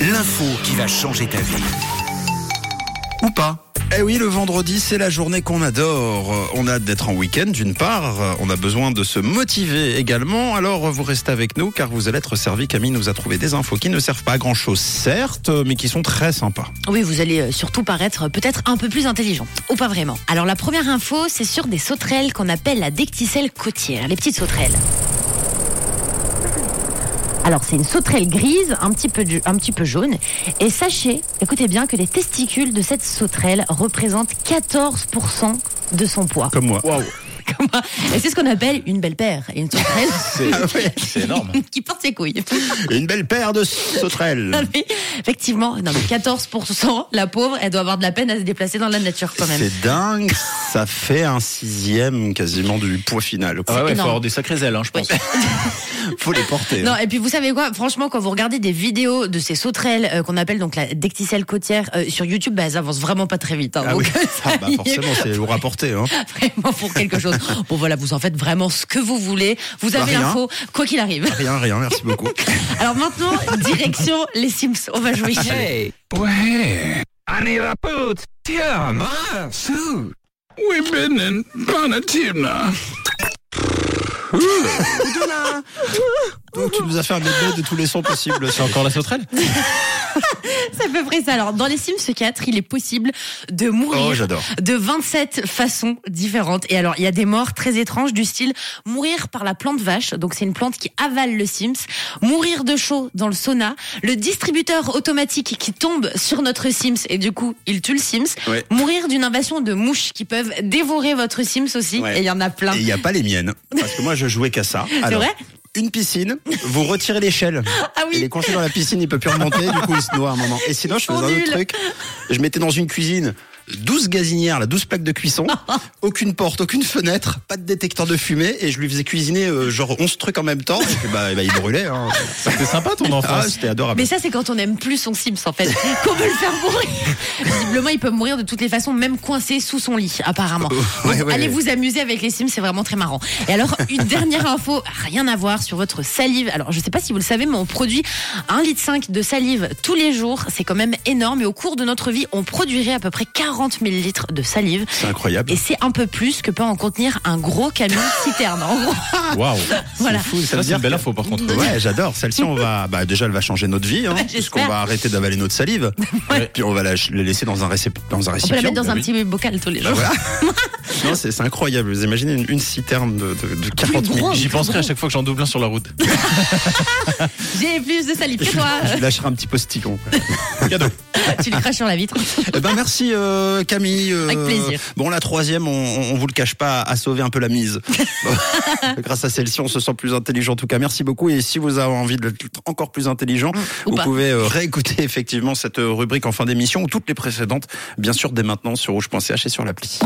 l'info qui va changer ta vie. Ou pas. Eh oui, le vendredi, c'est la journée qu'on adore. Euh, On a hâte d'être en week-end d'une part, euh, on a besoin de se motiver également. Alors euh, vous restez avec nous car vous allez être servi. Camille nous a trouvé des infos qui ne servent pas à grand-chose, certes, euh, mais qui sont très sympas. Oui, vous allez euh, surtout paraître euh, peut-être un peu plus intelligent, ou pas vraiment. Alors la première info, c'est sur des sauterelles qu'on appelle la decticelle côtière, les petites sauterelles. Alors c'est une sauterelle grise, un petit, peu du- un petit peu jaune, et sachez, écoutez bien, que les testicules de cette sauterelle représentent 14% de son poids. Comme moi. Et c'est ce qu'on appelle une belle paire, et une sauterelle C'est énorme. qui porte ses couilles. Une belle paire de Ah, sauterelles. Oui, Effectivement, non mais 14%, la pauvre, elle doit avoir de la peine à se déplacer dans la nature quand même. C'est dingue, ça fait un sixième quasiment du poids final. Ah ouais, ouais, faut énorme. avoir des sacrés ailes, hein, je pense. Faut les porter. hein. Non, et puis vous savez quoi Franchement, quand vous regardez des vidéos de ces sauterelles euh, qu'on appelle donc la decticelle côtière euh, sur YouTube, bah, elles avancent vraiment pas très vite. hein. Ah donc, oui, Ah bah ça y est, forcément, c'est lourd à porter. Hein. vraiment pour quelque chose. Bon voilà, vous en faites vraiment ce que vous voulez. Vous Bah, avez rien. l'info, quoi qu'il arrive. Rien, rien, merci beaucoup. Alors maintenant, direction les Sims. On va jouer. Ouais. Annie Rapout. Tiens, ma, sous. Oui, benen, panatina. Donc tu nous as fait un medley de tous les sons possibles. C'est encore la sauterelle C'est à peu près ça. Alors dans les Sims 4, il est possible de mourir Oh, j'adore. de 27 façons différentes. Et alors, il y a des morts très étranges du style mourir par la plante vache, donc c'est une plante qui avale le Sims, mourir de chaud dans le sauna, le distributeur automatique qui tombe sur notre Sims et du coup, il tue le Sims, Ouais. mourir d'une invasion de mouches qui peuvent dévorer votre Sims aussi, Ouais. et il y en a plein. Et il n'y a pas les miennes. Parce que moi, je jouais qu'à ça. Alors, Ben. vrai Une piscine, vous retirez l'échelle. Ah oui. Il est coincé dans la piscine, il peut plus remonter, du coup il se noie un moment. Et sinon, je faisais un Nul. autre truc. Je mettais dans une cuisine 12 gazinières, là, 12 plaques de cuisson, aucune porte, aucune fenêtre, pas de détecteur de fumée, et je lui faisais cuisiner euh, genre 11 trucs en même temps. Et puis, bah, bah, il brûlait. Hein. C'était sympa ton Ah, enfance. c'était adorable. Mais ça, c'est quand on aime plus son Sims, en fait. Qu'on veut le faire mourir. Visiblement, il peut mourir de toutes les façons, même coincé sous son lit, apparemment. Oh, ouais, Donc, ouais, ouais. allez vous amuser avec les Sims, c'est vraiment très marrant. Et alors, une dernière info, rien à voir sur votre salive. Alors, je sais pas si vous le savez, mais on produit 1,5 litre de salive tous les jours. C'est quand même énorme. Et au cours de notre vie, on produirait à peu près 40 000 litres de salive. C'est incroyable. Et c'est un peu plus que peut en contenir un gros camion citerne. En gros, Waouh. voilà. fou, ça Ça, veut c'est dire une belle que- info par contre. Ouais, j'adore. Celle-ci, on va, bah, déjà, elle va changer notre vie, hein, Ouais, puisqu'on j'espère. va arrêter d'avaler notre salive. Puis on va la, la laisser dans un, récip- dans un On peut récipient. la mettre dans Bah un oui. petit bocal tous les jours. voilà. Non, c'est c'est incroyable. Vous imaginez une, une citerne de, de, de 40 000 gros. J'y penserai à chaque fois que j'en double un sur la route. J'ai plus de salive que toi. Je lâcherai un petit postillon. Cadeau. tu les craches sur la vitre. eh ben merci euh, Camille. euh, Avec plaisir. Bon la troisième, on, on vous le cache pas, a sauvé un peu la mise. Grâce à celle-ci, on se sent plus intelligent. En tout cas, merci beaucoup. Et si vous avez envie d'être encore plus intelligent, Mm, Ou vous pas. pouvez euh, réécouter effectivement cette euh, rubrique en fin d'émission ou toutes les précédentes, bien sûr dès maintenant sur rouge.ch et sur l'appli.